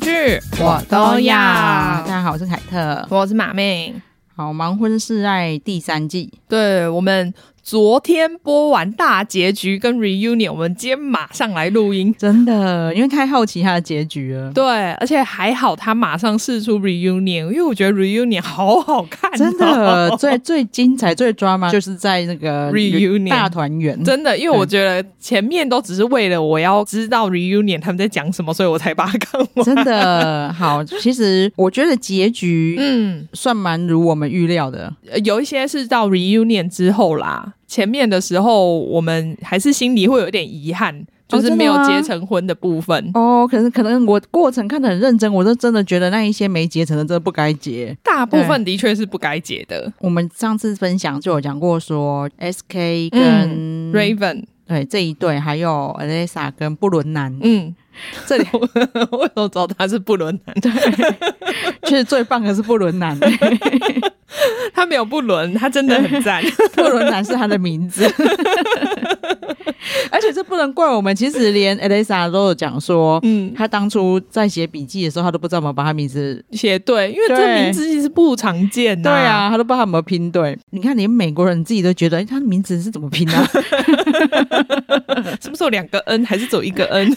事我都要大家好，我是凯特。我是马妹。好，《盲婚试爱》第三季，对我们昨天播完大结局跟 reunion，我们今天马上来录音。真的，因为太好奇它的结局 了。对，而且还好他马上试出 reunion，因为我觉得 reunion 好好看、哦真的，最最精彩、最 drama 就是在那个 Reunion 大团圆。真的，因为我觉得前面都只是为了我要知道 reunion 他们在讲什么，所以我才把它看完。真的好，其实我觉得结局嗯，算蛮如我们预料的。呃有一些是到 reunion 之后啦，前面的时候我们还是心里会有点遗憾，哦就是没有真的吗结成婚的部分。哦，可是可能我过程看得很认真，我就真的觉得那一些没结成的真的不该结。大部分的确是不该结的。我们上次分享就有讲过说，SK 嗯跟、 Raven，对这一对，还有 Alessa 跟布伦南， 嗯， 这里为什么知道他是不伦男？其实最棒的是布伦 南，他没有不伦，他真的很赞。布伦南是他的名字。 而且这不能怪我们，其实连 Alessa 都有讲说， 嗯，他当初在写笔记的时候，他都不知道我们把他名字。写对，因为对这名字其实不常见、对，啊，他都不知道他有没有拼对。你看，连美国人自己都觉得，哎，他的名字是怎么拼 啊？是不是有两个 N 还是只有一个 N？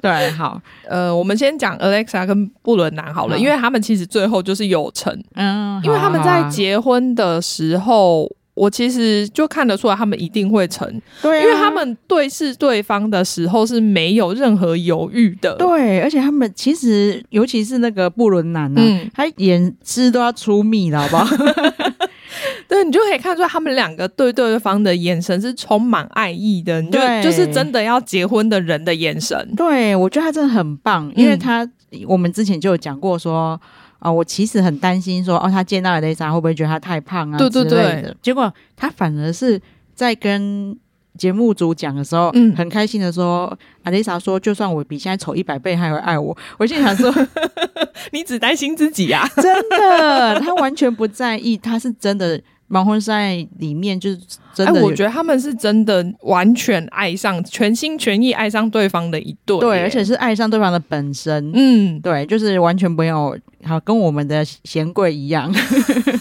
对，好， 呃，我们先讲 Alexa 跟不伦男好了，好因为他们其实最后就是有成，啊嗯，因为他们在结，结婚的时候。我其实就看得出来，他们一定会成，对啊因为他们对视对方的时候是没有任何犹豫的。对，而且他们其实，尤其是那个布伦南啊，嗯他眼汁都要出蜜了，好不好？对你就可以看出来，他们两个对对方的眼神是充满爱意的，你就对就是真的要结婚的人的眼神。 对，我觉得他真的很棒，因为嗯他、我们之前就有讲过说。啊、我其实很担心说，哦，他见到雷莎会不会觉得他太胖啊？对对之类对的。结果他反而是在跟节目组讲的时候，嗯很开心的说，阿丽莎说，就算我比现在丑一百倍，他还会爱我。我心里想 说，你只担心自己呀、啊？真的，他完全不在意，他是真的盲婚赛里面就是真哎，的有、我觉得他们是真的完全爱上，全心全意爱上对方的一对耶。对，而且是爱上对方的本身。嗯，对，就是完全没有好跟我们的贤贵一样，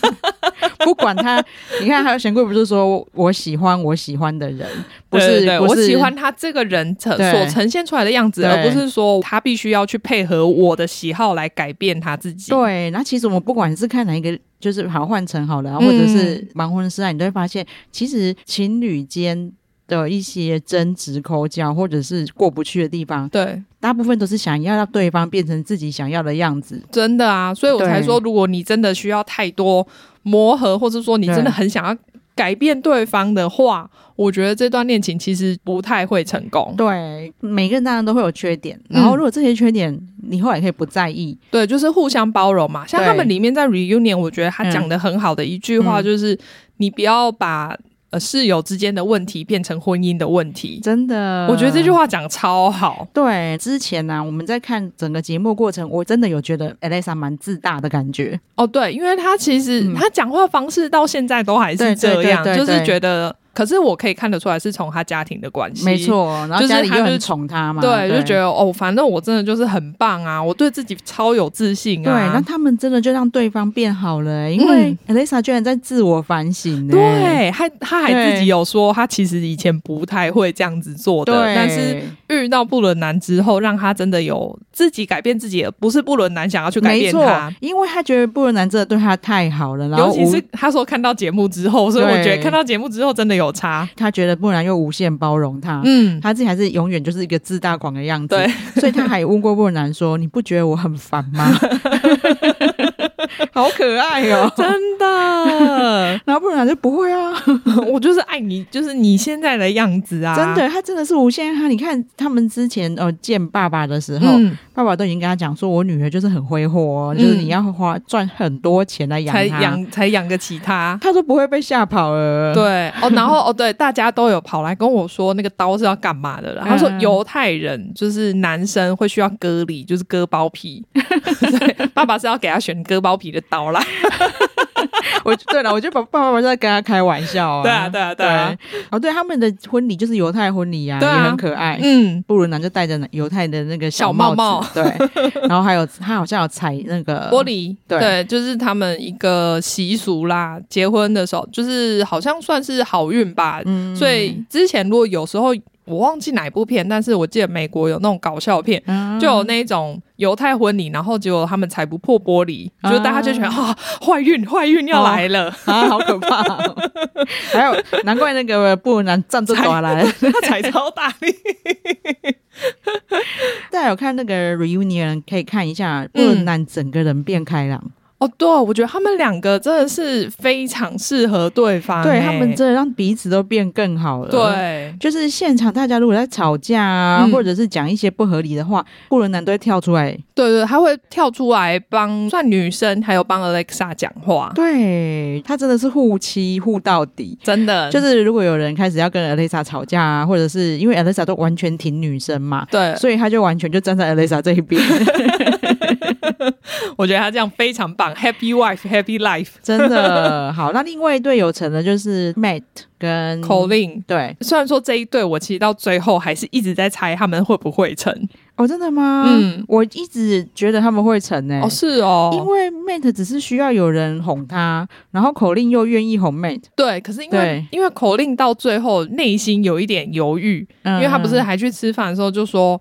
不管他，你看还有贤贵不是说我喜欢我喜欢的人，不是对对对不我是喜欢他这个人呈对所呈现出来的样子，对而不是说他必须要去配合我的喜好来改变他自己。对，那其实我们不管是看哪一个，就是好换成好了啊，嗯或者是盲婚试爱，你都会发现，其实情侣间的一些争执、口角，或者是过不去的地方，对，大部分都是想要让对方变成自己想要的样子。真的啊，所以我才对说，如果你真的需要太多磨合，或者说你真的很想要改变对方的话，我觉得这段恋情其实不太会成功。对，每个人当然都会有缺点，嗯然后如果这些缺点你后来可以不在意，对，就是互相包容嘛。像对他们里面在 reunion，我觉得他讲的很好的一句话嗯就是：你不要把呃室友之间的问题变成婚姻的问题。真的，我觉得这句。话讲超好。对，之前呢、我们在看整个节目过程，我真的有觉得 Alexa 蛮自大的感觉。哦，对，因为他其实、嗯他讲话方式到现在都还对是对这样，对对就是对觉得，可是我可以看得出来是从他家庭的关系，没错，然就后是家里他又就是很宠他嘛，对，就觉得哦，反正我真的就是很棒啊，我对自己超有自信对，那啊。嗯他们真的就让对方变好了、因为 Elisa 居然在自我反省、呢。对，还他还对自己有说，他其实以前不太会这样子做的，对，但是遇到布伦南之后，让他真的有自己改变自己，而不是布伦南想要去改没变错他。，因为他觉得布伦南真的对他太好了，然后尤其无是他说看到节目之后，所以我对啊觉得看到节目之后真的有差。他觉得布伦南又无限包容他。嗯，他自己还是永远就是一个自大狂的样子，对，所以他还问过布伦南说：“你不觉得我很烦吗？” 好可爱哦、 真 的，然后布伦南就不会啊，我就是爱你，就是你现在的样子啊，真。的，他真的是无限爱他。你看他们之前呃见爸爸的时候，嗯，爸爸都已经跟他讲说，我女儿就是很挥霍、哦，嗯就是你要花赚很多钱来养才她，养才养个其他，她都不会被吓跑了。对哦，然后哦，对，大家都有跑来跟我说那个刀是要干嘛的啦。他说嗯犹太人就是男生会需要割礼，就是割包皮。对，爸爸是要给他选割包皮的刀啦。 我对了，我就爸爸爸妈在跟他开玩笑啊。对啊对啊对啊。哦，对，他们的婚礼就是犹太婚礼呀、对啊也很可爱。嗯，布伦南就戴着犹太的那个小帽帽子，帽 对，然后还有他好像有踩那个玻，璃，呃对对，就是他们一个习俗啦。结婚的时候，就是好像算是好运吧。嗯所以之前如果有时候我忘记哪一部片，但是我记得美国有那种搞笑片，啊就有那种犹太婚礼，然后结果他们踩不破玻璃，啊就是大家就觉得啊，坏运坏运要来了，啊，好可怕哦、还有，难怪那个布伦南站不过来。 他踩超大力。大家有看那个 reunion 可以看一下，布嗯伦南整个人变开朗， 哦，对，我觉得他们两个真的是非常适合对方欸、对他们真的让彼此都变更好了。。对。就是现场大家如果在吵架啊，嗯或者是讲一些不合理的话，布伦南都会跳出来。对对，他会跳出来帮算女生，还有帮 Alexa 讲话，对他真的是护妻护到底。真的就是是如果有人开始要跟 Elisa 吵架啊，或者是因为 Elisa 都完全挺女生嘛，对。所以他就完全就站在 Elisa 这一 边，我觉得他这样非常棒，Happy Wife Happy Life 真的好。那另外一对有成的就是 Matt 跟 Colin。对虽然说这一对，我其实到最后还是一直在猜他们会不会成。哦，真的吗？嗯我一直觉得他们会成呢、哦，是哦，因为 Matt 只是需要有人哄他，然后口令又愿意哄 Matt，对，可是因为对因为口令到最后内心有一点犹豫，嗯因为他不是还去吃饭的时候就说，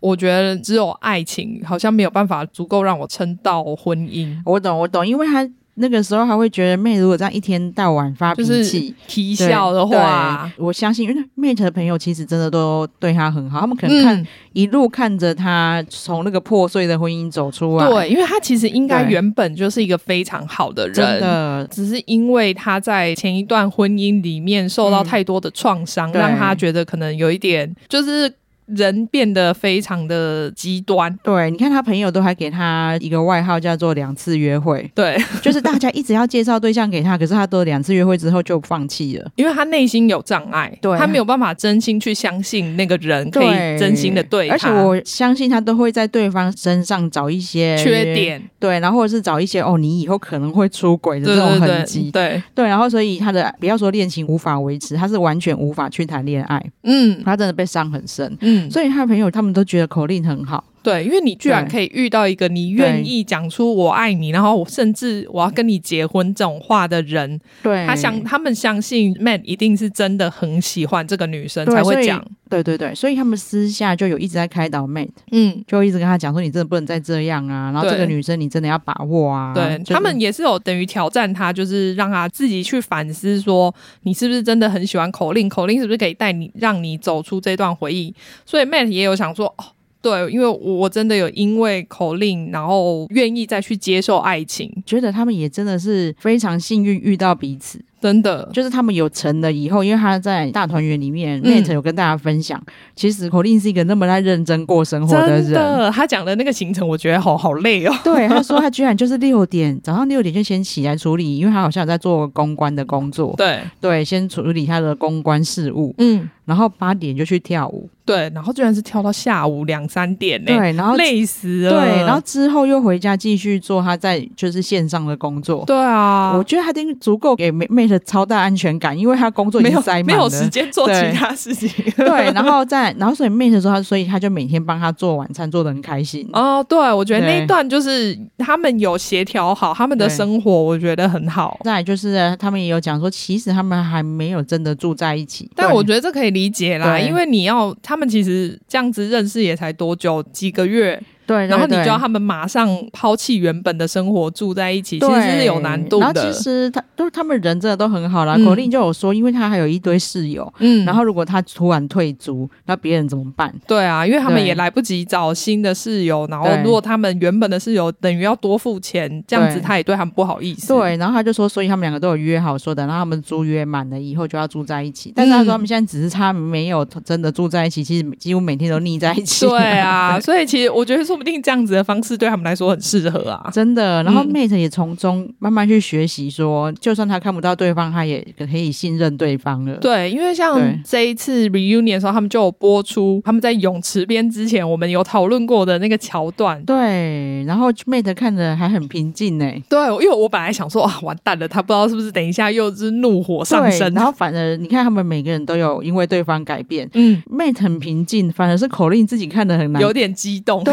我觉得只有爱情好像没有办法足够让我撑到婚姻，我懂我懂，因为他那个时候还会觉得 Matt 如果这样一天到晚发就脾是气，啼对笑的话，，对我相信，因为 Mate 的朋友其实真的都对他很好，他们可能看、嗯一路看着他从那个破碎的婚姻走出来，，对，因为他其实应该对原本就是一个非常好的真人。的，只是因为他在前一段婚姻里面受到太多的创伤，嗯对让他觉得可能有一点，就是人变得非常的极端。对，你看他朋友都还给他一个外号叫做“两次约会对，”，就是大家一直要介绍对象给他，可是他都两次约会之后就放弃了。因为他内心有障碍，对他没有办法真心去相信那个人可以对，真心的对他，而且我相信他都会在对方身上找一些缺，点，对，然后或者是找一些哦，你以后可能会出轨的对这种对痕对迹，对对，对，然后所以他的不要说恋情无法维持，他是完全无法去谈恋爱，嗯他真的被伤很深。嗯，所以他的朋友他们都觉得口令很好，对，因为你居然对可以遇到一个你愿意讲出我爱你，然后我甚至我要跟你结婚这种话的人，对他相他们相信 Matt 一定是真的很喜欢这个女生对才所会以讲，对对对，所以他们私下就有一直在开导 mate，嗯。就一直跟他讲说你真的不能再这样啊，然后这个对女生你真的要把握啊，对就是他们也是有等于挑战他，就是让他自己去反思，说你是不是真的很喜欢口令？口令是不是可以带你让你走出这段回忆？所以 Matt 也有想说，哦，对，因为我我真的有因为口令，然后愿意再去接受爱情，觉得他们也真的是非常幸运遇到彼此，真的，就是他们有成了以后，因为他在大团圆里面、嗯 mate 有跟大家分享，其实口令是一个那么在认真过生活的真人，的，他讲的那个行程，我觉得好好累 哦。对，他说他居然就是六点早上六点就先起来处理，因为他好像有在做公关的工作，对， 对，先处理他的公关事务，嗯，然后八点就去跳舞，对，然后居然是跳到下午两三点呢、对，然后累死对，了。然后之后又回家继续做他在就是线上的工作。对啊我，觉得他一定足够给 Mate 超大安全感，因为他工作已没经有塞没满有了。时间做对其他事情。 对，然后再然后所以 Mate 说他，所以他就每天帮他做晚餐，做的很开心。哦，对，我觉得那一对段就是他们有协调好他们的对生活，我觉得很好。再来就是他们也有讲说，其实他们还没有真的住在一起，但对我觉得这可以理解啦，对因为你要他们其实这样子认识也才多久，几个月，对，对然后你对就要他们马上抛弃原本的生活住在一起，其实对，是有难度然后的其。实他都他们人真的都很好啦。嗯口令就有说，因为他还有一堆室友，嗯然后如果他突然退租，那别人怎么办？对啊，因为他们对也来不及找新的室友，然后对如果他们原本的室友等于要多付钱，这样子对他也对他们不好意思。对， 然后他就说，所以他们两个都有约好说，等到他们租约满了以后就要住在一起。但是他说他们现在只是差没有真的住在一起，其实几乎每天都腻在一起。啊对，啊，所以其实我觉得说说不定这样子的方式对他们来说很适合啊。真的。然后嗯 Mate 也从中慢慢去学习说，就算他看不到对方，他也可以信任对方了。对，因为像对这一次 reunion 的时候，他们就有播出他们在泳池边之前，我们有讨论过的那个桥段。对，然后 Mate 看着还很平静欸呢、对，因为我本来想说啊，完蛋了，他不知道是不是等一下又是怒火上对身。然后反而你看他们每个人都有因为对方改变嗯， ，Mate 很平静，反而是口令自己看得很难。有点激动。对，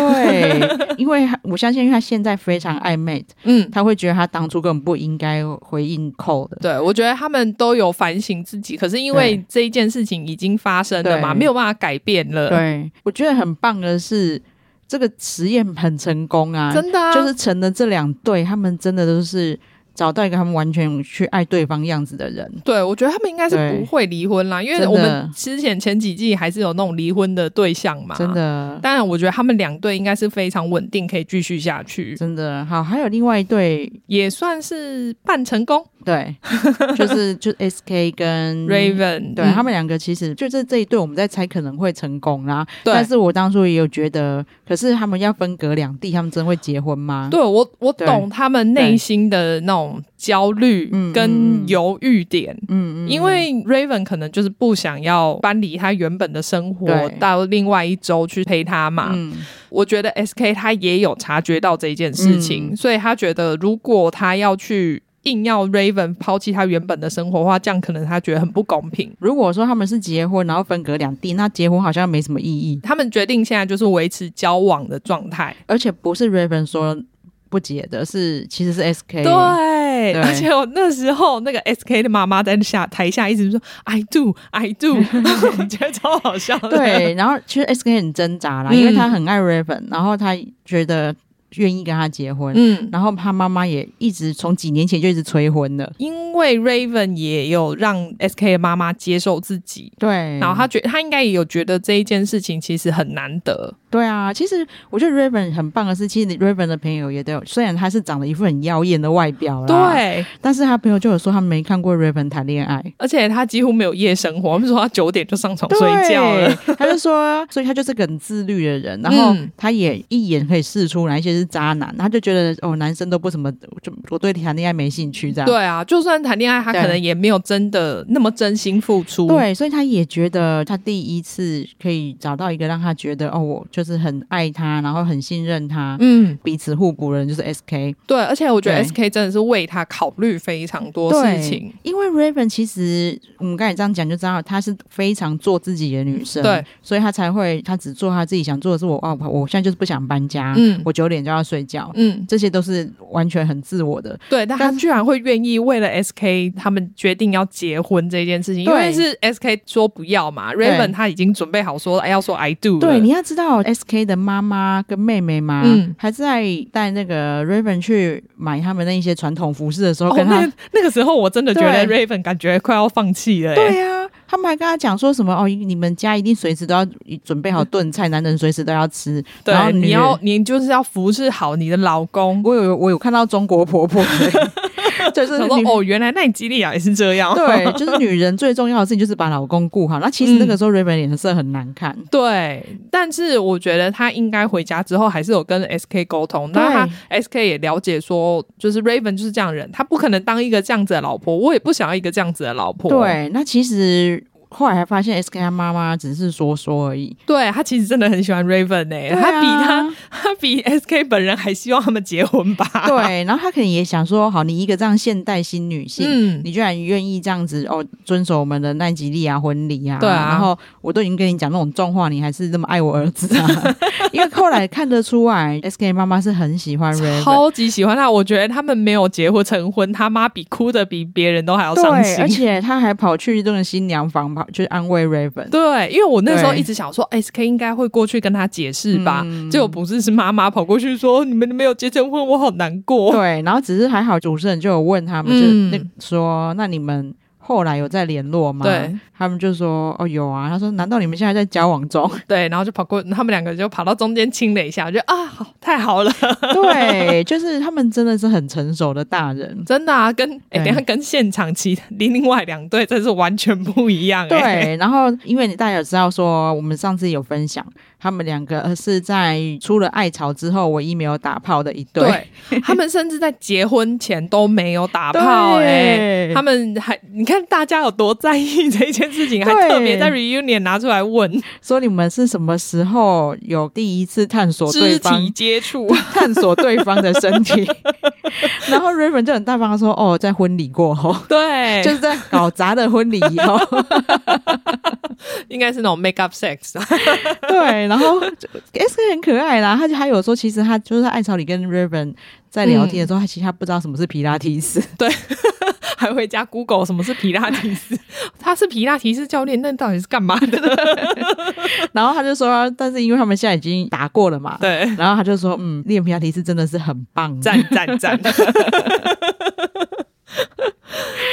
因为他我相信，因为他现在非常爱 Mate，嗯，他会觉得他当初根本不应该回应 Cole 的。对，我觉得他们都有反省自己，可是因为对这一件事情已经发生了嘛，对没有办法改变了。，对，我觉得很棒的是这个实验很成功啊，真的、啊、就是成了这两对，他们真的都是找到一个他们完全去爱对方样子的人。对，我觉得他们应该是对不会离婚啦，因为真的我们之前前几季还是有那种离婚的对象嘛。真，的，当然，我觉得他们两队应该是非常稳定，可以继续下去，真的好。还有另外一对，也算是半成功。对， 就是就 S K 跟 Raven，对、嗯他们两个其实就是这一对，我们在猜可能会成功啦。对但是我当初也有觉得，可是他们要分隔两地，他们真会结婚吗？对我我对懂他们内心的那种焦虑嗯跟嗯嗯犹豫点。嗯，嗯嗯，因为 Raven 可能就是不想要搬离他原本的生活对，到另外一周去陪他嘛。嗯，我觉得 SK 他也有察觉到这一件事情，嗯所以他觉得如果他要去硬要 Raven 抛弃他原本的生活的话，这样可能他觉得很不公平。如果说他们是结婚，然后分隔两地，那结婚好像没什么意义。他们决定现在就是维持交往的状态，而且不是 Raven 说不结的，是其实是 SK。对，而且我那时候那个 SK 的妈妈在下台下一直说 I do I do，我 觉得超好笑 的。对，然后其实 SK 很挣扎啦，嗯因为他很爱 Raven，然后他觉得愿意跟他结婚，嗯，然后他妈妈也一直从几年前就一直催婚了。因为 Raven 也有让 SK 的妈妈接受自己，对，然后他觉他应该也有觉得这一件事情其实很难得，对啊，其实我觉得 Raven 很棒的是，其实 Raven 的朋友也都有，虽然他是长得一副很妖艳的外表啦，，对，但是他朋友就有说他没看过 Raven 谈恋爱，而且他几乎没有夜生活，我们说他九点就上床睡觉了，对， 他就说，所以他就是个很自律的人，然后嗯他也一眼可以试出哪一些是渣男，他就觉得哦，男生都不怎么，就我对谈恋爱没兴趣这样。对啊，就算谈恋爱，他对可能也没有真的那么真心付出，对，所以他也觉得他第一次可以找到一个让他觉得哦，我就是很爱他，然后很信任他，嗯，彼此互补的人就是 S K。对，而且我觉得对 SK 真的是为他考虑非常多对事情，因为 Raven 其实我们刚才这样讲就知道，她是非常做自己的女生，对，所以她才会她只做她自己想做的是我哦，我现在就是不想搬家，嗯我九点就要睡觉，嗯，这些都是完全很自我的。对，但他居然会愿意为了 SK 他们决定要结婚这件事情，因对为是 SK 说不要嘛，Raven 他已经准备好说哎要说 I do 了对，你要知道，S K 的妈妈跟妹妹嘛，嗯还在带那个 Raven 去买他们那一些传统服饰的时候，哦，跟他、那 那个时候我真的觉得对 Raven 感觉快要放弃了、欸，对呀、他们还跟他讲说什么哦，你们家一定随时都要准备好炖菜，男人随时都要吃。对，然后你女人要你就是要服侍好你的老公。我有我有看到中国婆婆，就是 想说女。哦，原来奈吉利亚也是这样。对，就是女人最重要的事情就是把老公顾好。那其实那个时候 Raven 脸色很难 看，对，但是我觉得他应该回家之后还是有跟 SK 沟通，对那他 SK 也了解说，就是 Raven 就是这样的人，他不可能当一个这样子的老婆，我也不想要一个这样子的老婆。对，那其实后来还发现 S K 他妈妈只是说说而已，对他其实真的很喜欢 Raven 诶、对啊 啊他比他他比 SK 本人还希望他们结婚吧？，对，然后他可能也想说，好，你一个这样现代新女性。嗯，你居然愿意这样子哦，遵守我们的奈吉利亚婚礼啊，对啊然后我都已经跟你讲那种重话，你还是这么爱我儿子 啊？因为后来看得出来，S K 妈妈是很喜欢 Raven，超级喜欢他，我觉得他们没有结婚成婚，他妈比哭的比别人都还要伤对，心而。且他还跑去那个新娘房跑去安慰 Raven，对，因为我那时候对一直想说，SK 应该会过去跟他解释吧，嗯结果不是，是妈妈跑过去说：“你们没有结成婚，我好难过。对，然后只是还好主持人就有问他们，嗯就是那说那你们后来有在联络吗？对，他们就说哦有啊。他说难道你们现在在交往 中？”对，然后就跑过，他们两个就跑到中间亲了一下，我觉得啊，好，太好了， 对，就是他们真的是很成熟的大人。真的啊，跟哎、对等一下跟现场其另另外两队真是完全不一样、哎， 对，然后因为你大家也知道说，我们上次有分享，他们两个呃是在出了爱巢之后，唯一没有打炮的一对。 对他们甚至在结婚前都没有打炮哎、对他们还你看大家有多在意这件事情，还对特别在 reunion 拿出来问说你们是什么时候有第一次探索对肢方体接触， 探索对方的身 体？然后 Raven 就很大方地说：“哦，在婚礼过后，对，就是在搞砸的婚礼以 后。应该是那种 make up sex， 对，然后 S K 很可爱啦，他就还有说，其实他就是在艾草里跟 Raven 在聊天的时候，他其实他不知道什么是皮拉提斯。 还会加 Google 什么是皮拉提斯， 他是皮拉提斯教练，那到底是干嘛的？然后他就说，但是因为他们现在已经打过了嘛， 对，然后他就说，嗯，练皮拉提斯真的是很棒，赞赞 赞。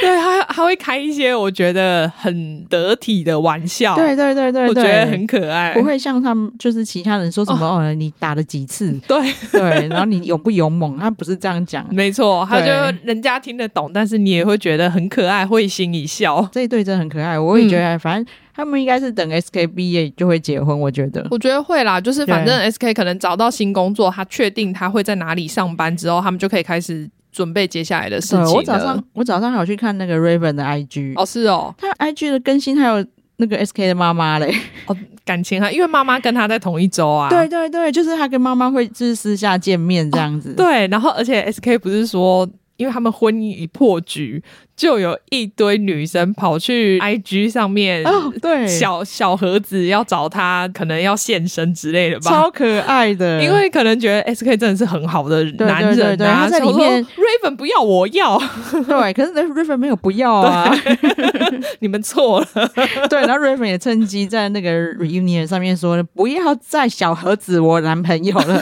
对他，他会开一些我觉得很得体的玩笑，对对对对对，我觉得很可爱，不会像他们就是其他人说什么哦你打了几 次，对，对，然后你勇不勇猛，他不是这样讲。没错，他就对人家听得懂，但是你也会觉得很可爱，会心一笑。这一对真的很可爱，我也觉得，反正他们应该是等 SK 毕业就会结婚，我觉得。我觉得会啦，就是反对正 SK 可能找到新工作，他确定他会在哪里上班之后，他们就可以开始准备接下来的事情对，了。我早上我早上还有去看那个 Raven 的 IG，哦是哦，他 IG 的更新还有那个 SK 的妈妈嘞，感情啊，因为妈妈跟他在同一周啊，对对对，就是他跟妈妈会就是私下见面这样子，对，然后而且 SK 不是说。因为他们婚姻一破局，就有一堆女生跑去 IG 上面哦对，小小盒子要找他，可能要现身之类的吧。超可爱的，因为可能觉得 S K 真的是很好的男人啊，对对对他在里面想说 Raven 不要我要， 对，可是 Raven 没有不要啊，你们错了，对，然后 Raven 也趁机在那个 reunion 上面说，不要再小盒子我男朋友了，。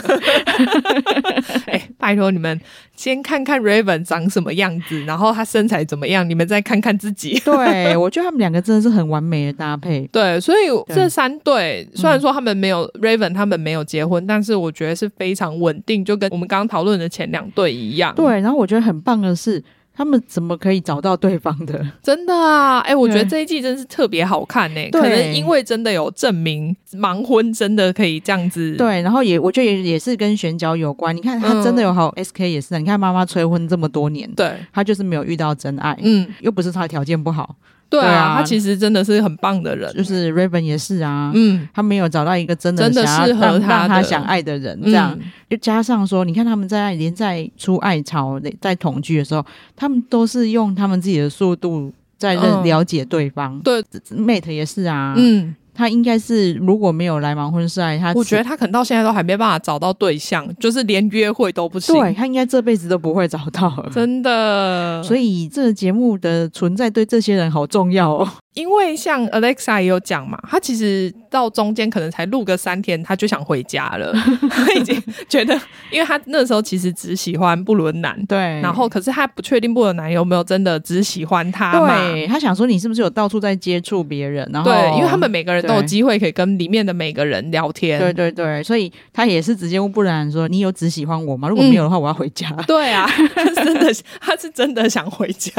哎、拜托你们先看看 Raven 长什么样子，然后他身材怎么样，你们再看看自己 对我觉得他们两个真的是很完美的搭配，对，所以对这三对虽然说他们没有、Raven，他们没有结婚，但是我觉得是非常稳定，就跟我们刚刚讨论的前两对一样。，对，然后我觉得很棒的是。他们怎么可以找到对方的？真的啊，哎、我觉得对这一季真是特别好看呢、对可能因为真的有证明盲婚真的可以这样子对，然后也我觉得也也是跟选角有关。你看他真的有好、SK 也是啊，你看妈妈催婚这么多年，对，他就是没有遇到真爱，嗯，又不是他条件不好，对啊，对啊他其实真的是很棒的人，就是 Raven 也是啊，嗯，他没有找到一个真的真的想要适合让他让他的想爱的人，这样、嗯又加上说，你看他们在连在出爱巢、在同居的时候，他们都是用他们自己的速度。在认嗯了解对方、对，Mate 也是啊，嗯，他应该是如果没有来盲婚试爱，他我觉得他可能到现在都还没办法找到对象，就是连约会都不行，对他应该这辈子都不会找到了，真的。所以这个节目的存在对这些人好重要哦。因为像 Alexa 也有讲嘛，他其实到中间可能才录个三天，他就想回家 了，他已经觉得，因为他那时候其实只喜欢布伦南，对， 然后可是他不确定布伦南有没有真的只喜欢他嘛。对他想说你是不是有到处在接触别人，然后对，因为他们每个人都有对机会可以跟里面的每个人聊天。对对对，所以他也是直接问布兰说：“你有只喜欢我吗？如果没有的话，我要回家。 对啊，他是真的，他是真的想回家。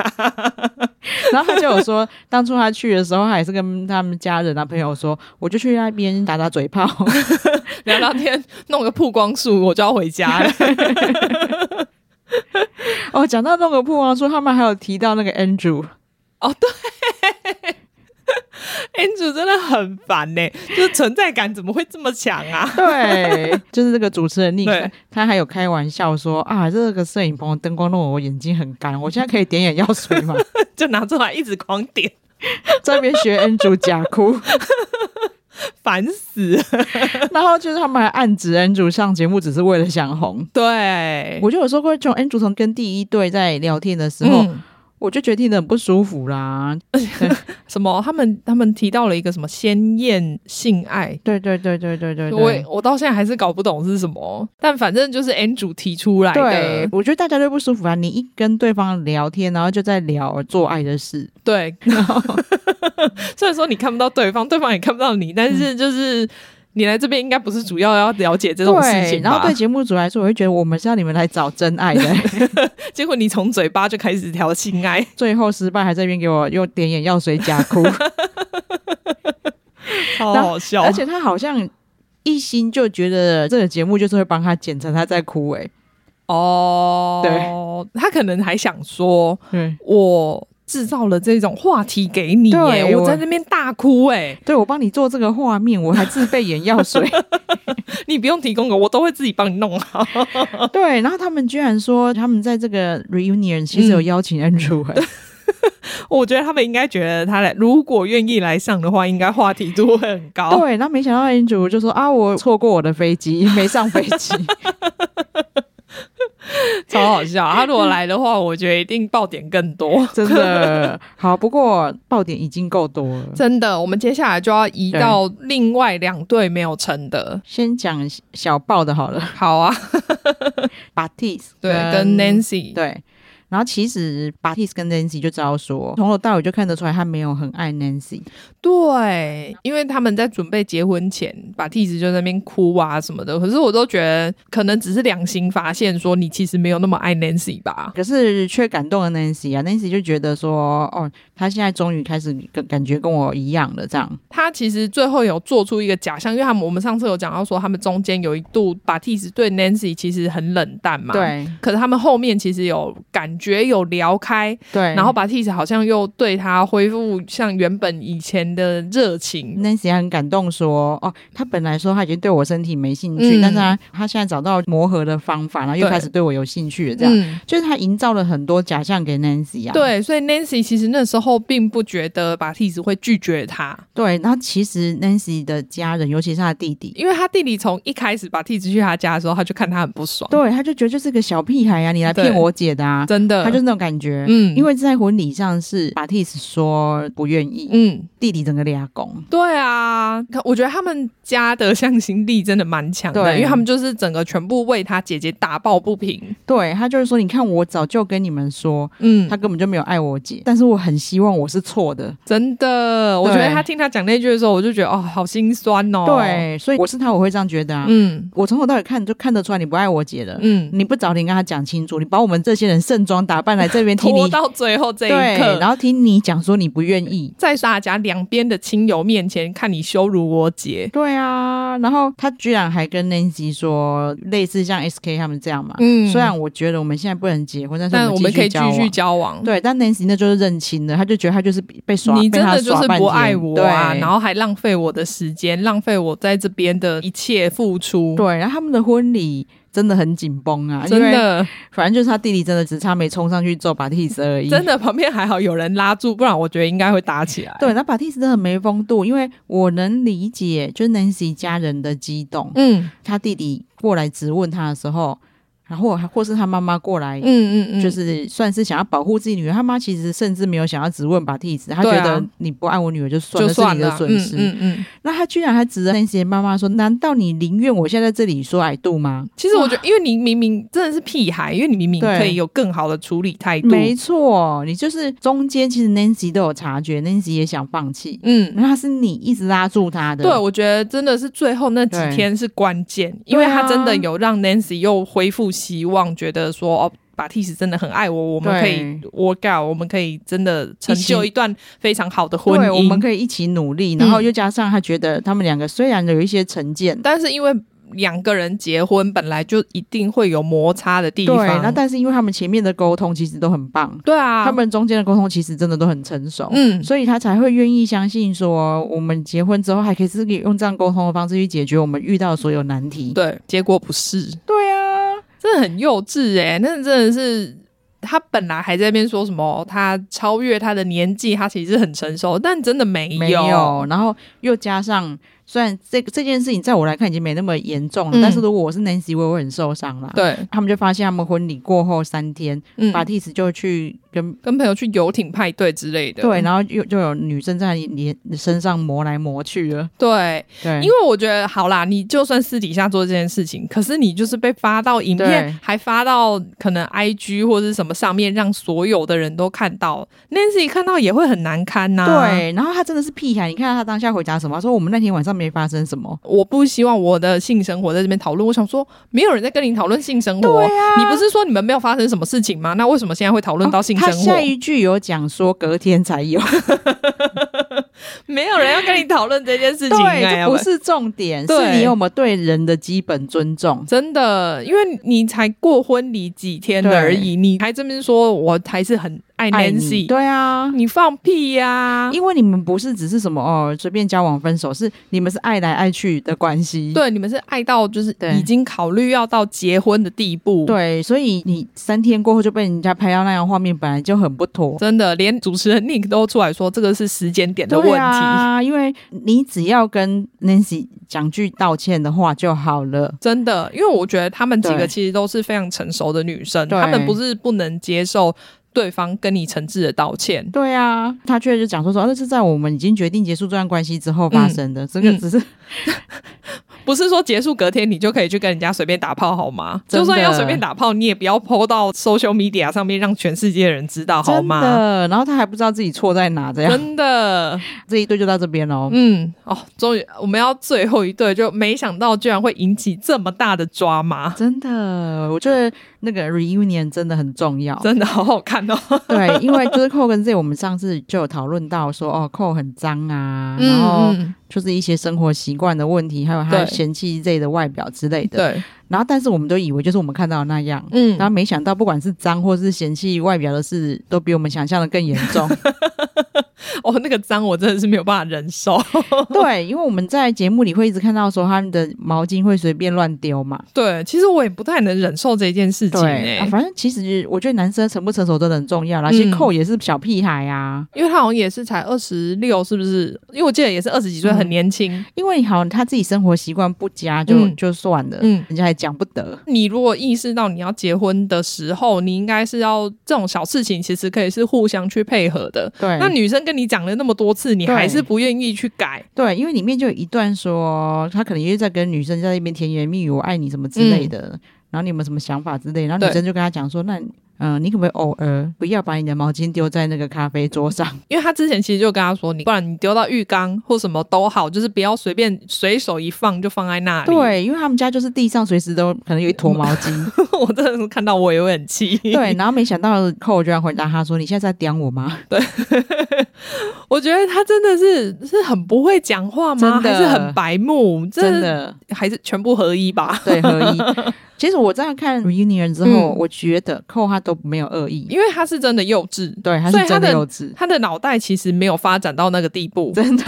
然后他就有说，当初他去的时候，他也是跟他们家人啊朋友说，我就去那边打打嘴炮。 聊聊天，弄个曝光术，我就要回家了。哦，讲到那个曝光说，他们还有提到那个 Andrew， Andrew 真的很烦呢、 就是存在感怎么会这么强啊？ 对， 就是这个主持人 n 对 i 他还有开玩笑说啊，这个摄影棚灯光弄得我眼睛很干，我现在可以点眼药水吗？ 就拿出来一直狂点， 在那边学 Andrew 假哭， 烦死了。然后就是他们还暗指 Andrew 上节目只是为了想红。对，我就有说过，从 Andrew 从跟第一对在聊天的时候，嗯我就觉得听得很不舒服啦。什么？他们他们提到了一个什么鲜艳性爱。对对对对对对我对。我到现在还是搞不懂是什么，但反正就是 Andrew 提出来对的，，我觉得大家都不舒服啊！你一跟对方聊天，然后就在聊做爱的事，对。 虽然说你看不到对方，对方也看不到你，但嗯是就是你来这边应该不是主要要了解这种事对情，吧？然后对节目组来说，我会觉得我们是要你们来找真爱 的，结果你从嘴巴就开始调性爱，最后失败还在那边给我用点 眼药水假哭，超好笑而且他好像一心就觉得这个节目就是会帮他检查他在哎枯萎。哦，对，他可能还想说，对，我制造了这种话题给你耶，对我我在那边大哭哎、对我帮你做这个画面，我还自备眼药水。你不用提供给我，我都会自己帮你弄啊好。对，然后他们居然说他们在这个 reunion 其嗯实有邀请 Andrew，、欸 我觉得他们应该觉得他来，如果愿意来上的话，应该话题度会很高。对，然后没想到 Andrew 就说啊，我错过我的飞 机，没上飞机。 超好笑。他如果来的话，我觉得一定爆点更多。真的好，不过爆点已经够多了。真的，我们接下来就要移到另外两队没有成的。先讲小爆的好 了好啊， ，Batis 对，跟 Nancy，对，然后其实 Batis 跟 Nancy 就知道说，从头到尾就看得出来他没有很爱 Nancy。对，因为他们在准备结婚前，把弟子就在那边哭啊什么的。可是我都觉得，可能只是良心发现，说你其实没有那么爱 Nancy 吧。可是却感动了 Nancy 啊，Nancy 就觉得说，哦，他现在终于开始跟感觉跟我一样了，这样他其实最后有做出一个假象，因为他们我们上次有讲到说，他们中间有一度把弟子对 Nancy 其实很冷淡嘛。。对可是他们后面其实有感觉有聊开，对，然后把 Tis 好像又对他恢复像原本以前的热情。 Nancy 还很感动说，哦，他本来说他已经对我身体没兴趣，嗯但是他他现在找到磨合的方法，然后又对开始对我有兴趣了，这样。嗯，就是他营造了很多假象给 Nancy 啊，对，所以 Nancy 其实那时候并不觉得把 Tis 会拒绝他，对，然后其实 Nancy 的家人，尤其是他弟弟，因为他弟弟从一开始把 Tis 去他家的时候，他就看他很不爽，对，他就觉得就是个小屁孩啊，你来对骗我姐的啊，真的，他就是那种感觉。嗯，因为在婚礼上是 Batis 说不愿意，嗯。弟弟整个俩拱。对啊，可我觉得他们家的向心力真的蛮强的，对因为他们就是整个全部为他姐姐打抱不平。对他就是说，你看我早就跟你们说，嗯他，根本就没有爱我姐，但是我很希望我是错的。真的，我觉得对他听他讲那句的时候，我就觉得哦，好心酸哦。，对，所以我是他，我会这样觉得啊。嗯我从头到尾看就看得出来你不爱我姐了，嗯，你不早点跟他讲清楚，你把我们这些人盛装打扮来这边听 拖你。到最后这对一，刻，然后听你讲说你不愿意，嗯在大家两边的亲友面前看你羞辱我姐。对啊，然后他居然还跟 Nancy 说，类似像 SK 他们这样嘛。嗯虽然我觉得我们现在不能结婚，但是但我们可以继交续往。交往。对，但 Nancy 那就是认清了，他就觉得他就是被耍，你被真他的就是耍半不天爱我啊，对然后还浪费我的时间，浪费我在这边的一切付出。对，然后他们的婚礼真的很紧绷啊，真因为的，反正就是他弟弟真的只差没冲上去揍把蒂斯而已。真的，旁边还好有人拉住，不然我觉得应该会打起来。对，那把蒂斯真的很没风度，因为我能理解，就是 Nancy 家人的激动，嗯他弟弟过来质问他的时候，然后或是他妈妈过来嗯嗯嗯，就是算是想要保护自己女儿，他妈其实甚至没有想要质问把蒂子，他觉对啊得你不爱我女儿就算就了，算是你了的啊，损失。嗯嗯嗯，那他居然还指着那些妈妈说：“难道你宁愿我现在在这里说矮度吗其实我觉得，因为你明明真的是屁孩，因为你明明对可以有更好的处理态？”度。没错，你就是中间其实 Nancy 都有察觉，Nancy 也想放弃，嗯，那是你一直拉住他的。对，我觉得真的是最后那几对天是关键，因为对啊他真的有让 Nancy 又恢复希望，觉得说哦。把 t i s 真的很爱我，我们可以对 work out，我们可以真的成就一起一段非常好的婚对，姻。我们可以一起努力，然后又加上他觉得他们两个虽然有一些成见，但是因为两个人结婚本来就一定会有摩擦的地对，方，那但是因为他们前面的沟通其实都很棒，对啊，他们中间的沟通其实真的都很成熟，嗯，所以他才会愿意相信说，我们结婚之后还可以自己用这样沟通的方式去解决我们遇到的所有难题。对，结果不是，对啊，真的很幼稚哎、那真的是他本来还在那边说什么他超越他的年纪，他其实很成熟，但真的没有，没有，然后又加上，虽然这这件事情在我来看已经没那么严重了，嗯但是如果我是 Nancy，我也会很受伤啦。，对，他们就发现他们婚礼过后三天，嗯，巴蒂斯就去跟。跟朋友去游艇派对之类的，对，然后又就有女生在你你身上磨来磨去了，对，对，因为我觉得好啦，你就算私底下做这件事情，可是你就是被发到影片对，还发到可能 IG 或者是什么上面，让所有的人都看到，Nancy 看到也会很难堪呐、，对，然后他真的是屁孩，你看他当下回答什么？他说我们那天晚上没发生什么，我不希望我的性生活在这边讨论。我想说，没有人在跟你讨论性生活，你不是说你们没有发生什么事情哦吗？那为什么现在会讨论到性生哦他活？下一句有讲说隔天才有，没有人要跟你讨论这件事 情、 对，哎，这不是重点，是对你有没有对人的基本尊重。真的，因为你才过婚礼几天对而已，你还这边说我还是很爱爱你，哎 Nancy，啊对啊，你放屁呀、因为你们不是只是什么哦，随便交往分手，是你们是爱来爱去的关系。对，你们是爱到就是对已经考虑要到结婚的地步，，对，所以你三天过后就被人家拍到那样画面，本来就很不妥。真的，连主持人 Nick 都出来说这个是时间点的问题，对啊，因为你只要跟 Nancy 讲句道歉的话就好了。真的，因为我觉得她们几对个其实都是非常成熟的女生，对她们不是不能接受对方跟你诚挚的道歉。对啊，他却就讲说说，啊那是在我们已经决定结束这段关系之后发生的，这个嗯只是不是说结束隔天你就可以去跟人家随便打炮好吗？真的就算要随便打炮，你也不要 PO 到 social media 上面让全世界的人知道好真吗？的，然后他还不知道自己错在哪，这样真的，这一对就到这边喽。嗯，哦，终于我们要最后一对，就没想到居然会引起这么大的抓马，真的，我觉得那个 reunion 真的很重要。真的好好看哦。对，因为就是寇跟 Z，我们上次就有讨论到说，哦，寇很脏啊，然后嗯，就是一些生活习惯的问题，还有他对嫌弃 Z 的外表之类的。对，然后，但是我们都以为就是我们看到的那样，嗯然后没想到，不管是脏或是嫌弃外表的事，都比我们想象的更严 重。哦，那个脏我真的是没有办法 忍受。对，因为我们在节目里会一直看到说他们的毛巾会随便乱丢嘛。对，其实我也不太能忍受这件事情对、哎、啊，反正其实我觉得男生成不成熟真的很重要啦。其实嗯寇也是小屁孩啊，因为他好像也是才二十六，是不是？因为我记得也是二十几岁，嗯很年轻。因为好像他自己生活习惯不佳就，就、嗯算了，嗯人家还讲不得。你如果意识到你要结婚的时候，你应该是要这种小事情，其实可以是互相去配合的。对，那女生跟你讲了那么多次，你对还是不愿意去改，对，因为里面就有一段说，他可能又在跟女生在那边甜言蜜语，我爱你什么之类的，然后你有没有什么想法之类的，然后女嗯对生就跟他讲说，那嗯、呃你可不可以偶尔不要把你的毛巾丢在那个咖啡桌上？因为她之前其实就跟她说，你不然你丢到浴缸或什么都好，就是不要随便随手一放就放在那里。，嗯对，因为他们家就是地上随时都可能有一坨毛巾。 我真的是看到我也会很气。 对，然后没想到寇居然回答他说：“你现在在刁我吗 我觉得他真的是是很不会讲话吗？真的还是很白目？？”真的的，还是全部合一吧？对，合一。其实我这样看 reunion 之后，嗯我觉得寇他都没有恶意，因为他是真的幼稚，对，他所是以真他的的幼稚，他的脑袋其实没有发展到那个地步。真的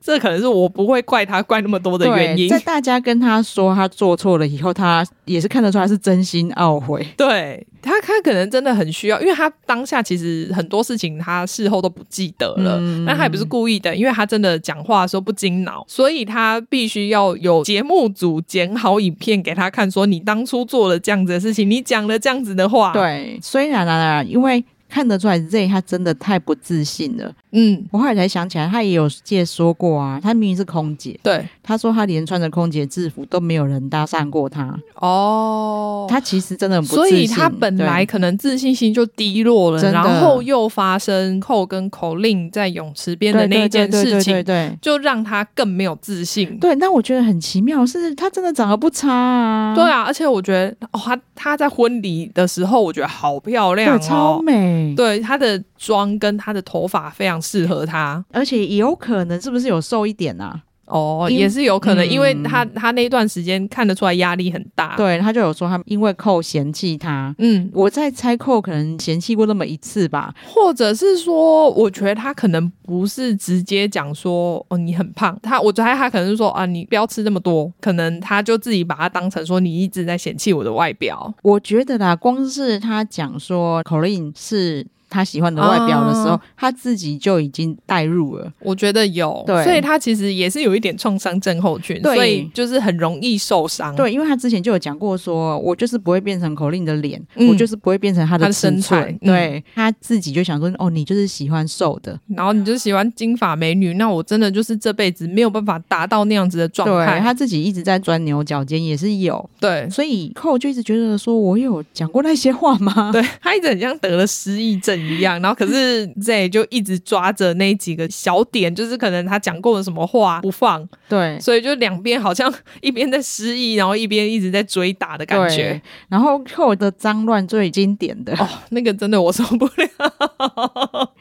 这可能是我不会怪他怪那么多的原对。因在。大家跟他说他做错了以后，他也是看得出他是真心懊悔。对他，他可能真的很需要，因为他当下其实很多事情他事后都不记得了，嗯但他也不是故意的，因为他真的讲话的时候不经脑，所以他必须要有节目组剪好影片给他看，说你当初做了这样子的事情，你讲了这样子的话，，对，虽然啊，因为看得出来 Z 他真的太不自信了。嗯，我后来才想起来，他也有借说过啊，他明明是空姐，对，他说他连穿着空姐制服都没有人搭讪过他，哦，他其实真嗯的很不所自信。以他本来对可能自信心就低落了，真的然后又发生扣跟口令在泳池边的对那一件对对事对对情，对就让他更没有自信。对，那我觉得很奇妙，是他真的长得不差啊，对啊，而且我觉得哦，她她在婚礼的时候，我觉得好漂亮对，超哦。美。对她的妆跟她的头发非常适合她而且也有可能是不是有瘦一点啊？哦，因也是有可能，嗯因为她她那段时间看得出来压力很大。，对，他就有说他因为寇嫌弃他，嗯，我在猜寇可能嫌弃过那么一次吧。或者是说，我觉得他可能不是直接讲说哦你很胖，他我觉得他可能是说啊你不要吃那么多，可能他就自己把它当成说你一直在嫌弃我的外表。我觉得啦，光是他讲说 Colin 是他喜欢的外表的时候，啊他自己就已经带入了。我觉得有，对所以他其实也是有一点创伤症候群，对所以就是很容易受伤。，对，因为他之前就有讲过说我就是不会变成 Colin 的脸，嗯我就是不会变成他他的的尺寸身材嗯对他自己就想说，哦，你就是喜欢瘦的。然后你就喜欢金发美女，那我真的就是这辈子没有办法达到那样子的状对态。他自己一直在钻牛角尖，也是有，对所以寇就一直觉得说，我有讲过那些话吗？ 对，他一直很像得了失忆症一样。然后可是 Z 就一直抓着那几个小点，就是可能他讲过的什么话不放，对，所以就两边好像 一边在失忆，然后一边一直在追打的感觉对。。然后后的脏乱最经典的， 哦，那个真的我受不了。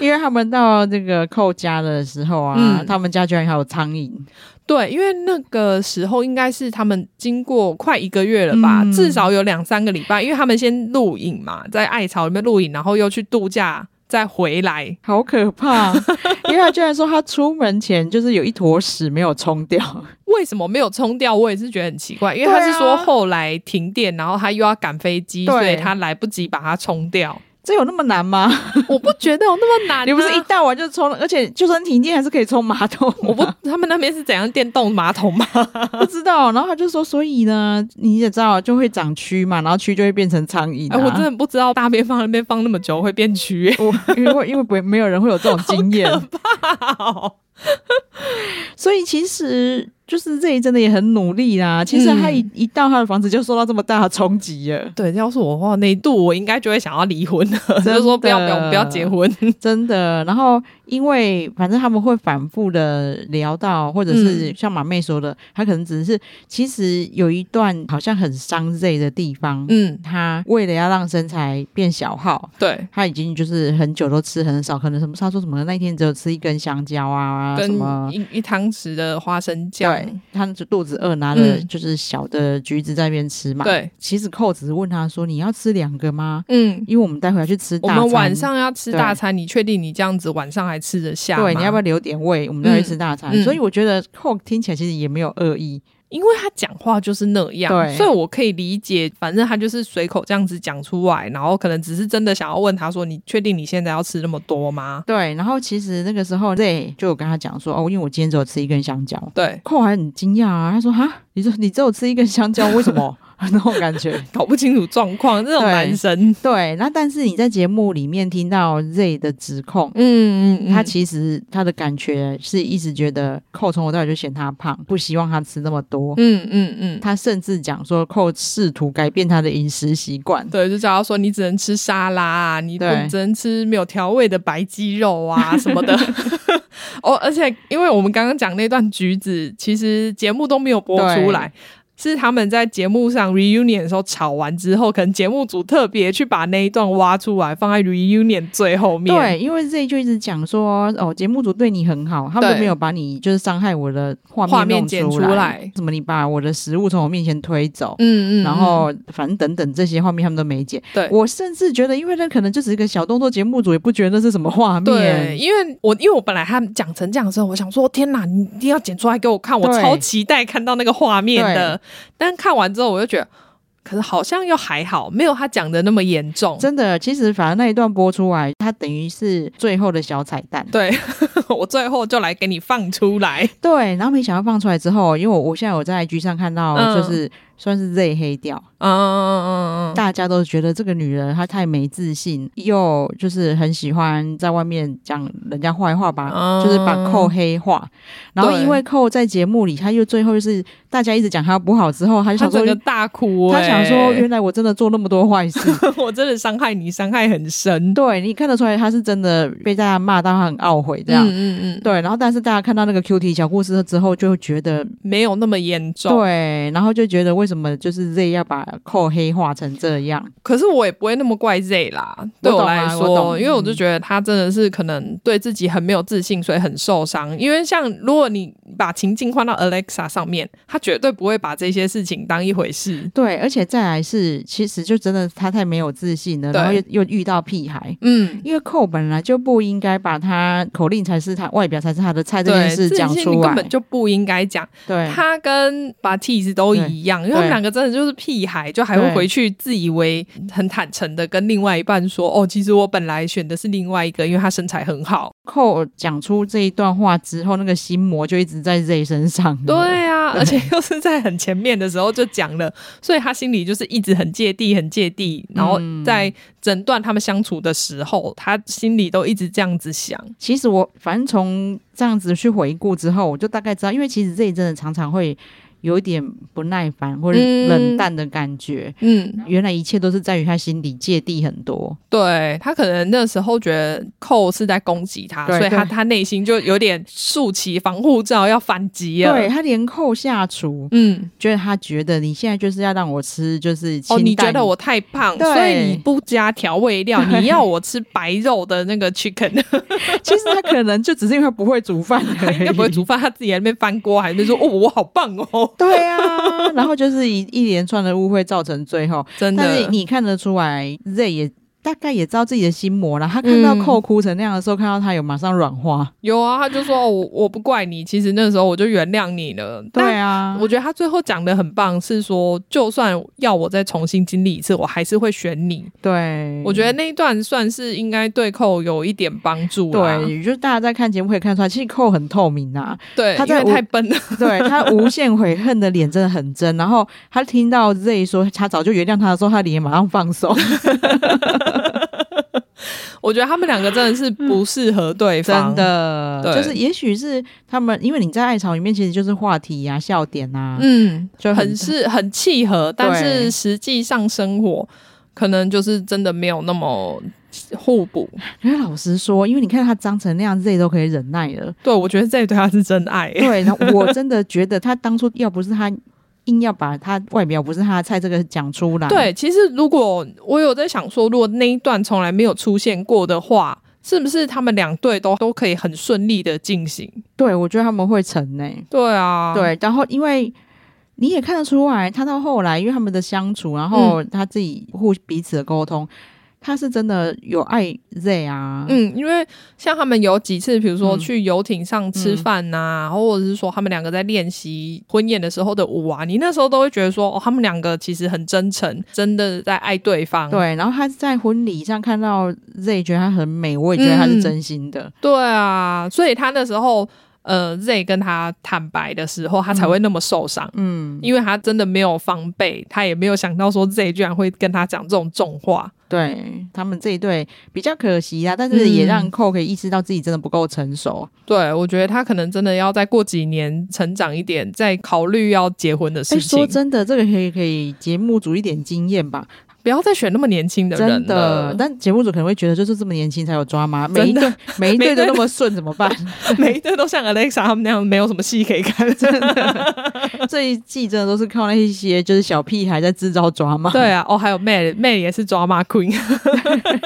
因为他们到这个寇家的时候啊，嗯他们家居然还有苍蝇，对，因为那个时候应该是他们经过快一个月了吧，嗯至少有两三个礼拜，因为他们先露营嘛，在艾草里面露营，然后又去度假，再回来。好可 怕！因为他居然说他出门前就是有一坨屎没有冲掉， 为什么没有冲掉？我也是觉得很奇怪，因为对啊他是说后来停电，然后他又要赶飞机，对所以他来不及把它冲掉。这有那么难吗？ 我不觉得有那么难啊、你不是一 大碗就冲了，而且就算停电还是可以冲马桶啊、我不，他们那边是怎样电动马桶吗？不知道。 然后他就说，所以呢，你也知道就会长蛆嘛，然后蛆就会变成苍蝇、啊哎、我真的不知道大便放那边放那么久会变蛆、欸。 我因为因为不没有人会有这种经验，所以其实就是这一真的也很努力啦。其实他一、一到他的房子就受到这么大的冲击了，对，要是我的话，那一度我应该就会想要离婚了， 真的就说不要不要我们不要 结婚。真的。然后因为反正他们会反复的聊到，或者是嗯像马妹说的，他可能只是其实有一段好像很伤 Z 的地方，嗯，他为了要让身材变小号， 对，他已经就是很久都吃很少，可能什么他说什么那一天只有吃一根香蕉啊，什跟么一一汤匙的花生酱，对，他就肚子饿，拿了嗯就是小的橘子在那边吃嘛。，对其实寇只是问他说：“你要吃两个吗？”嗯，因为我们待会要去吃我大餐，们晚上要吃对大餐，你确定你这样子晚上还吃得下吗？对，你要不要留点胃？我们待会去吃大餐。嗯嗯所以我觉得寇听起来其实也没有恶意，因为他讲话就是那样，对所以我可以理解，反正他就是随口这样子讲出来，然后可能只是真的想要问他说，你确定你现在要吃那么多吗？对。然后其实那个时候 Z 就有跟他讲说：“哦，因为我今天只有吃一根香蕉。”对，寇还很惊讶啊，他说：“哈，你说你只有吃一根香蕉，为什么？” 那种感觉。搞不清楚状况，这种对男生，对，那但是你在节目里面听到 Z 的指控，嗯嗯他其实他的感觉是一直觉得寇从头到尾就嫌他胖，不希望他吃那么多。嗯嗯嗯，他甚至讲说寇试图改变他的饮食习惯。对，就叫他说你只能吃沙拉啊，你不对只能吃没有调味的白鸡肉啊什么的。 哦，而且因为我们刚刚讲那段橘子，其实节目都没有播出来。是他们在节目上 reunion 的时候吵完之后，可能节目组特别去把那一段挖出来，放在 reunion 最后面。对，因为 Z 就一直讲说，哦，节目组对你很好，他们对都没有把你就是伤害我的画画面弄剪出出来怎么你把我的食物从我面前推走，嗯，嗯嗯，然后反正等等这些画面他们都没剪。对我甚至觉得，因为那可能就只是一个小动作，节目组也不觉得那是什么画面。对，因为我因为我本来他们讲成这样的时候，我想说天哪，你一定要剪出来给我看，我对超期待看到那个画面的。但看完之后，我就觉得，可是好像又还好，没有他讲的那么严重。真的，其实反而那一段播出来，它等于是最后的小彩蛋。对 我最后就来给你放出来。对，然后没想到放出来之后，因为我我现在有在 IG 上看到，嗯就是、算是 Z 黑掉，嗯嗯嗯嗯嗯，大家都觉得这个女人她太没自信，又就是很喜欢在外面讲人家坏话吧，嗯就是把扣黑化。然后对因为扣在节目里，她又最后就是大家一直讲她不好之后，她就他想整个说。大哭、她欸，想 说，原来我真的做那么多坏事，我真的伤害你，伤害很深。对你看得出来，她是真的被大家骂到，她很懊悔这样。嗯嗯嗯，对，然后但是大家看到那个 Q T 小故事之后，就会觉得没有那么严重。对，然后就觉得为什么就是 Z 要把扣黑化成这样？可是我也不会那么怪 Z 啦，对我懂啊来我说，懂因为我就觉得他真的是可能对自己很没有自信，所以很受伤。因为像如果你把情境换到 Alexa 上面，他绝对不会把这些事情当一回事。对，而且再来是，其实就真的他太没有自信了，然后又对又遇到屁孩。嗯，因为寇本来就不应该把他口令才是他外表才是他的菜这件对，事这件讲事出你根来本，就不应该讲。对，他跟 Batis 都一样，因为他们两个真的就是屁孩，就还会对回去自以为很坦诚的跟另外一半说：“哦，其实我本来选的是另外一个，因为他身材很好。”寇讲出这一段话之后，那个心魔就一直在 Z 身上。 对啊，对而且又是在很前面的时候就讲了， 所以他心里就是一直很芥蒂，很芥蒂。然后在整段他们相处的时候，他心里都一直这样子想。其实我反正从这样子去回顾之后，我就大概知道，因为其实 Z 真的常常会有一点不耐烦或者嗯冷淡的感觉。嗯，原来一切都是在于他心里芥蒂很多，对他可能那时候觉得寇是在攻击他，对所以他对他内心就有点竖起防护罩要反击了。对，他连扣下厨，嗯，就是他觉得你现在就是要让我吃，就是清哦，淡你觉得我太胖，对所以你不加调味料，你要我吃白肉的那个 chicken， 其实他可能就只是因为他不会煮饭他而已， 应该不会煮饭，他自己在那边翻锅，还在那边说哦，我好棒哦，对啊，然后就是一一连串的误会造成最后， 真但是的。你看得出来，Z 也大概也知道自己的心魔了。他看到嗯寇哭成那样的时候，看到他有马上软化。有啊，他 就说、哦、我我不怪你，其实那时候我就原谅你了。对啊，我觉得他最后讲的很棒，是说就算要我再重新经历一次，我还是会选你。对，我觉得那一段算是应该对寇有一点帮助啦。对，就是大家在看节目可以看出来，其实寇很透明啊。 对，他因在为我太笨了， 对他无限悔恨的脸真的很真。然后他听到 Z 说他早就原谅他的时候，他脸马上放松，我觉得他们两个真的是不适合对方。 真，的，对就是也许是他们，因为你在爱巢里面其实就是话题啊、笑点啊，嗯，就很是很契合，但是对实际上生活可能就是真的没有那么互补。可是老实说，因为你看他脏成那样，Z 都可以忍耐 了。对，我觉得这对他是真爱、欸。对，然后我真的觉得他当初要不是他硬要把他外表不是他的菜这个讲出来，对，其实如果我有在想说，如果那一段从来没有出现过的话，是不是他们两队都都可以很顺利的进行？对，我觉得他们会成呢、对啊，，对，然后因为。你也看得出来，他到后来，因为他们的相处，然嗯后他自己互彼此的沟通，他是真的有爱 Z 啊，嗯，因为像他们有几次，比如说嗯去游艇上吃饭呐、或者是说他们两个在练习婚宴的时候的舞啊，你那时候都会觉得说，哦，他们两个其实很真诚，真的在爱对方。对。然后他在婚礼上看到 Z，觉得他很美，我也觉得嗯他是真心的，对啊，所以他那时候，呃，Z 跟他坦白的时候，他才会那么受伤。嗯，因为他真的没有防备，他也没有想到说 Z 居然会跟他讲这种重话。对他们这一对比较可惜啊，但是也让嗯寇可以意识到自己真的不够成熟。对，我觉得他可能真的要再过几年成长一点，再考虑要结婚的哎、事情。说真的，这个可以可以节目组一点经验吧，不要再选那么年轻的人真了的。。但节目组可能会觉得，就是这么年轻才有抓吗？每一真对的每一每对一对都都那么顺，怎么办？ 每一对都像 Alexa 他们那样，没有什么戏可以看。这一季真的都是靠那一些就是小屁孩在制造抓吗？对啊，哦，还有 Mad Mad 也是 drama queen。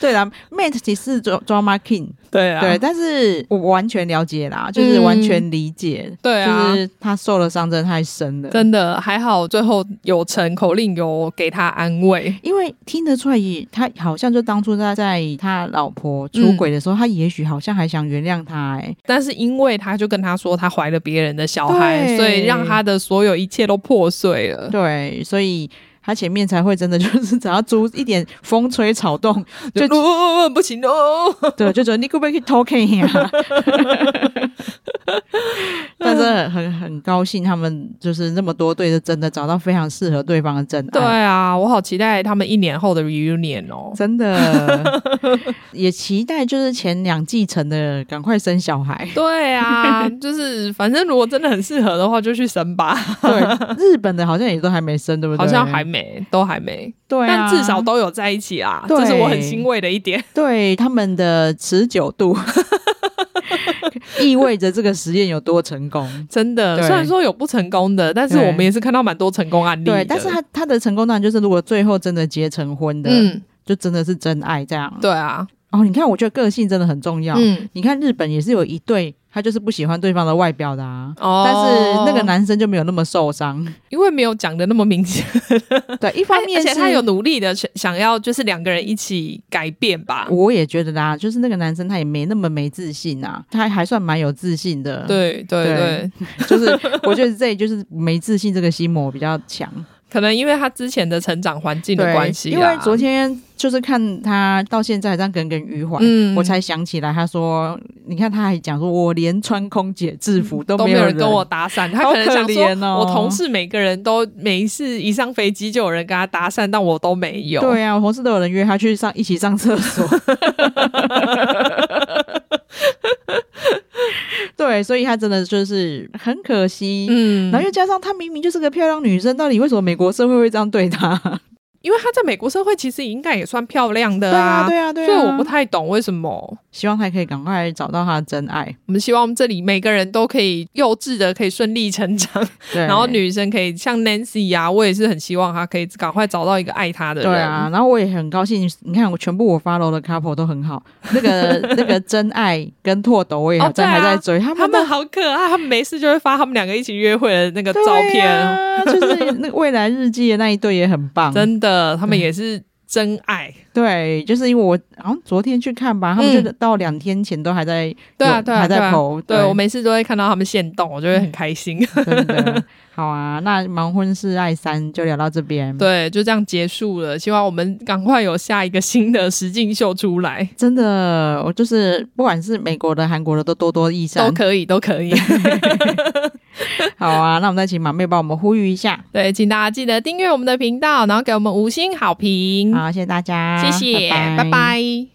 对啦，Matt 是抓抓吗 King，对啊，对，但是我完全了解啦，就是嗯完全理解，对啊就是他受的伤真的太深了，真的还好，最后有成口令有给他安慰。因为听得出来也，他好像就当初他在他老婆出轨的时候，他也许好像还想原谅他、欸，但是因为他就跟他说他怀了别人的小孩，对所以让他的所有一切都破碎了，对，所以他前面才会真的就是 只要租一点风吹草 动，就就呃不不不不行 哦。对，就觉得你可不可以偷看呀？ 但真的很很高兴，他们就是那么多对的真的找到非常适合对方的真对爱。啊，我好期待他们一年后的 reunion 哦。真的 也期待，就是前两季成的赶快生小孩。对 啊，就是反正如果真的很适合的话，就去生吧。 对，日本的好像也都还没生，对不对？好像还没，都还没，对、啊，但至少都有在一起啊，对这是我很欣慰的一点。对他们的持久 度，意味着这个实验有多成功。真的，对虽然说有不成功的，但是对我们也是看到蛮多成功案例的。对，但是他他的成功当然就是，如果最后真的结成婚的，嗯，就真的是真爱这样。对啊，哦，你看，我觉得个性真的很重要。嗯，你看日本也是有一对，他就是不喜欢对方的外表的啊。哦，但是那个，男生就没有那么受 伤，因为没有讲的那么明显，对，一方面而且是他有努力的想要，就是两个人一起改变吧。我也觉得啦，就是那个男生他也没那么没自信啊，他还算蛮有自信的，，对对对，对就是我觉得这就是没自信这个心魔比较强，可能因为他之前的成长环境的对关系啦，啊因为昨天就是看他到现在这样耿耿于怀，嗯我才想起来，他说，你看他还讲说，我连穿空姐制服都嗯都没没有人人跟我搭讪，他好可能可想怜说，哦我同事每个人都每一次一上飞机就有人跟他搭讪，但我都没有。对啊，我同事都有人约他去上一起上 厕所。对，对，所以她真的就是很可惜。嗯，然后又加上她明明就是个漂亮女生，到底为什么美国社会会这样对她？因为她在美国社会其实应该也算漂亮的对啊，对啊，对啊。所以我不太懂为什么。希望她可以赶快找到她的真爱。我们希望我们这里每个人都可以幼稚的可以顺利成长，对，然后女生可以像 Nancy 呀、我也是很希望她可以赶快找到一个爱她的人。对啊，，然后我也很高兴，你看我全部我 follow 的 couple 都很好，那个 那个真爱跟拓斗我也哦还在、对啊还在追，他他们都们好可爱，他们没事就会发他们两个一起约会的那个照对片，啊，就是那个未来日记的那一对也很棒，真的，他们也是真爱。对，就是因为我好像昨天去看吧，他们就到两天前都还在有，嗯对啊，对啊，还对在啊。投，对嗯我每次都会看到他们现动，我就会很开心。真的 好啊。那盲婚是爱三就聊到这边，，对，就这样结束了。 希望我们赶快有下一个新的实境秀出来，真的，我就是不管是美国的、韩国的，都多多益都善。可以，都可 以。好啊，那我们再请马妹帮我们呼吁一下，对，请大家记得订阅我们的频道，然后给我们五星好评。好，谢谢大家，嗯谢谢，拜拜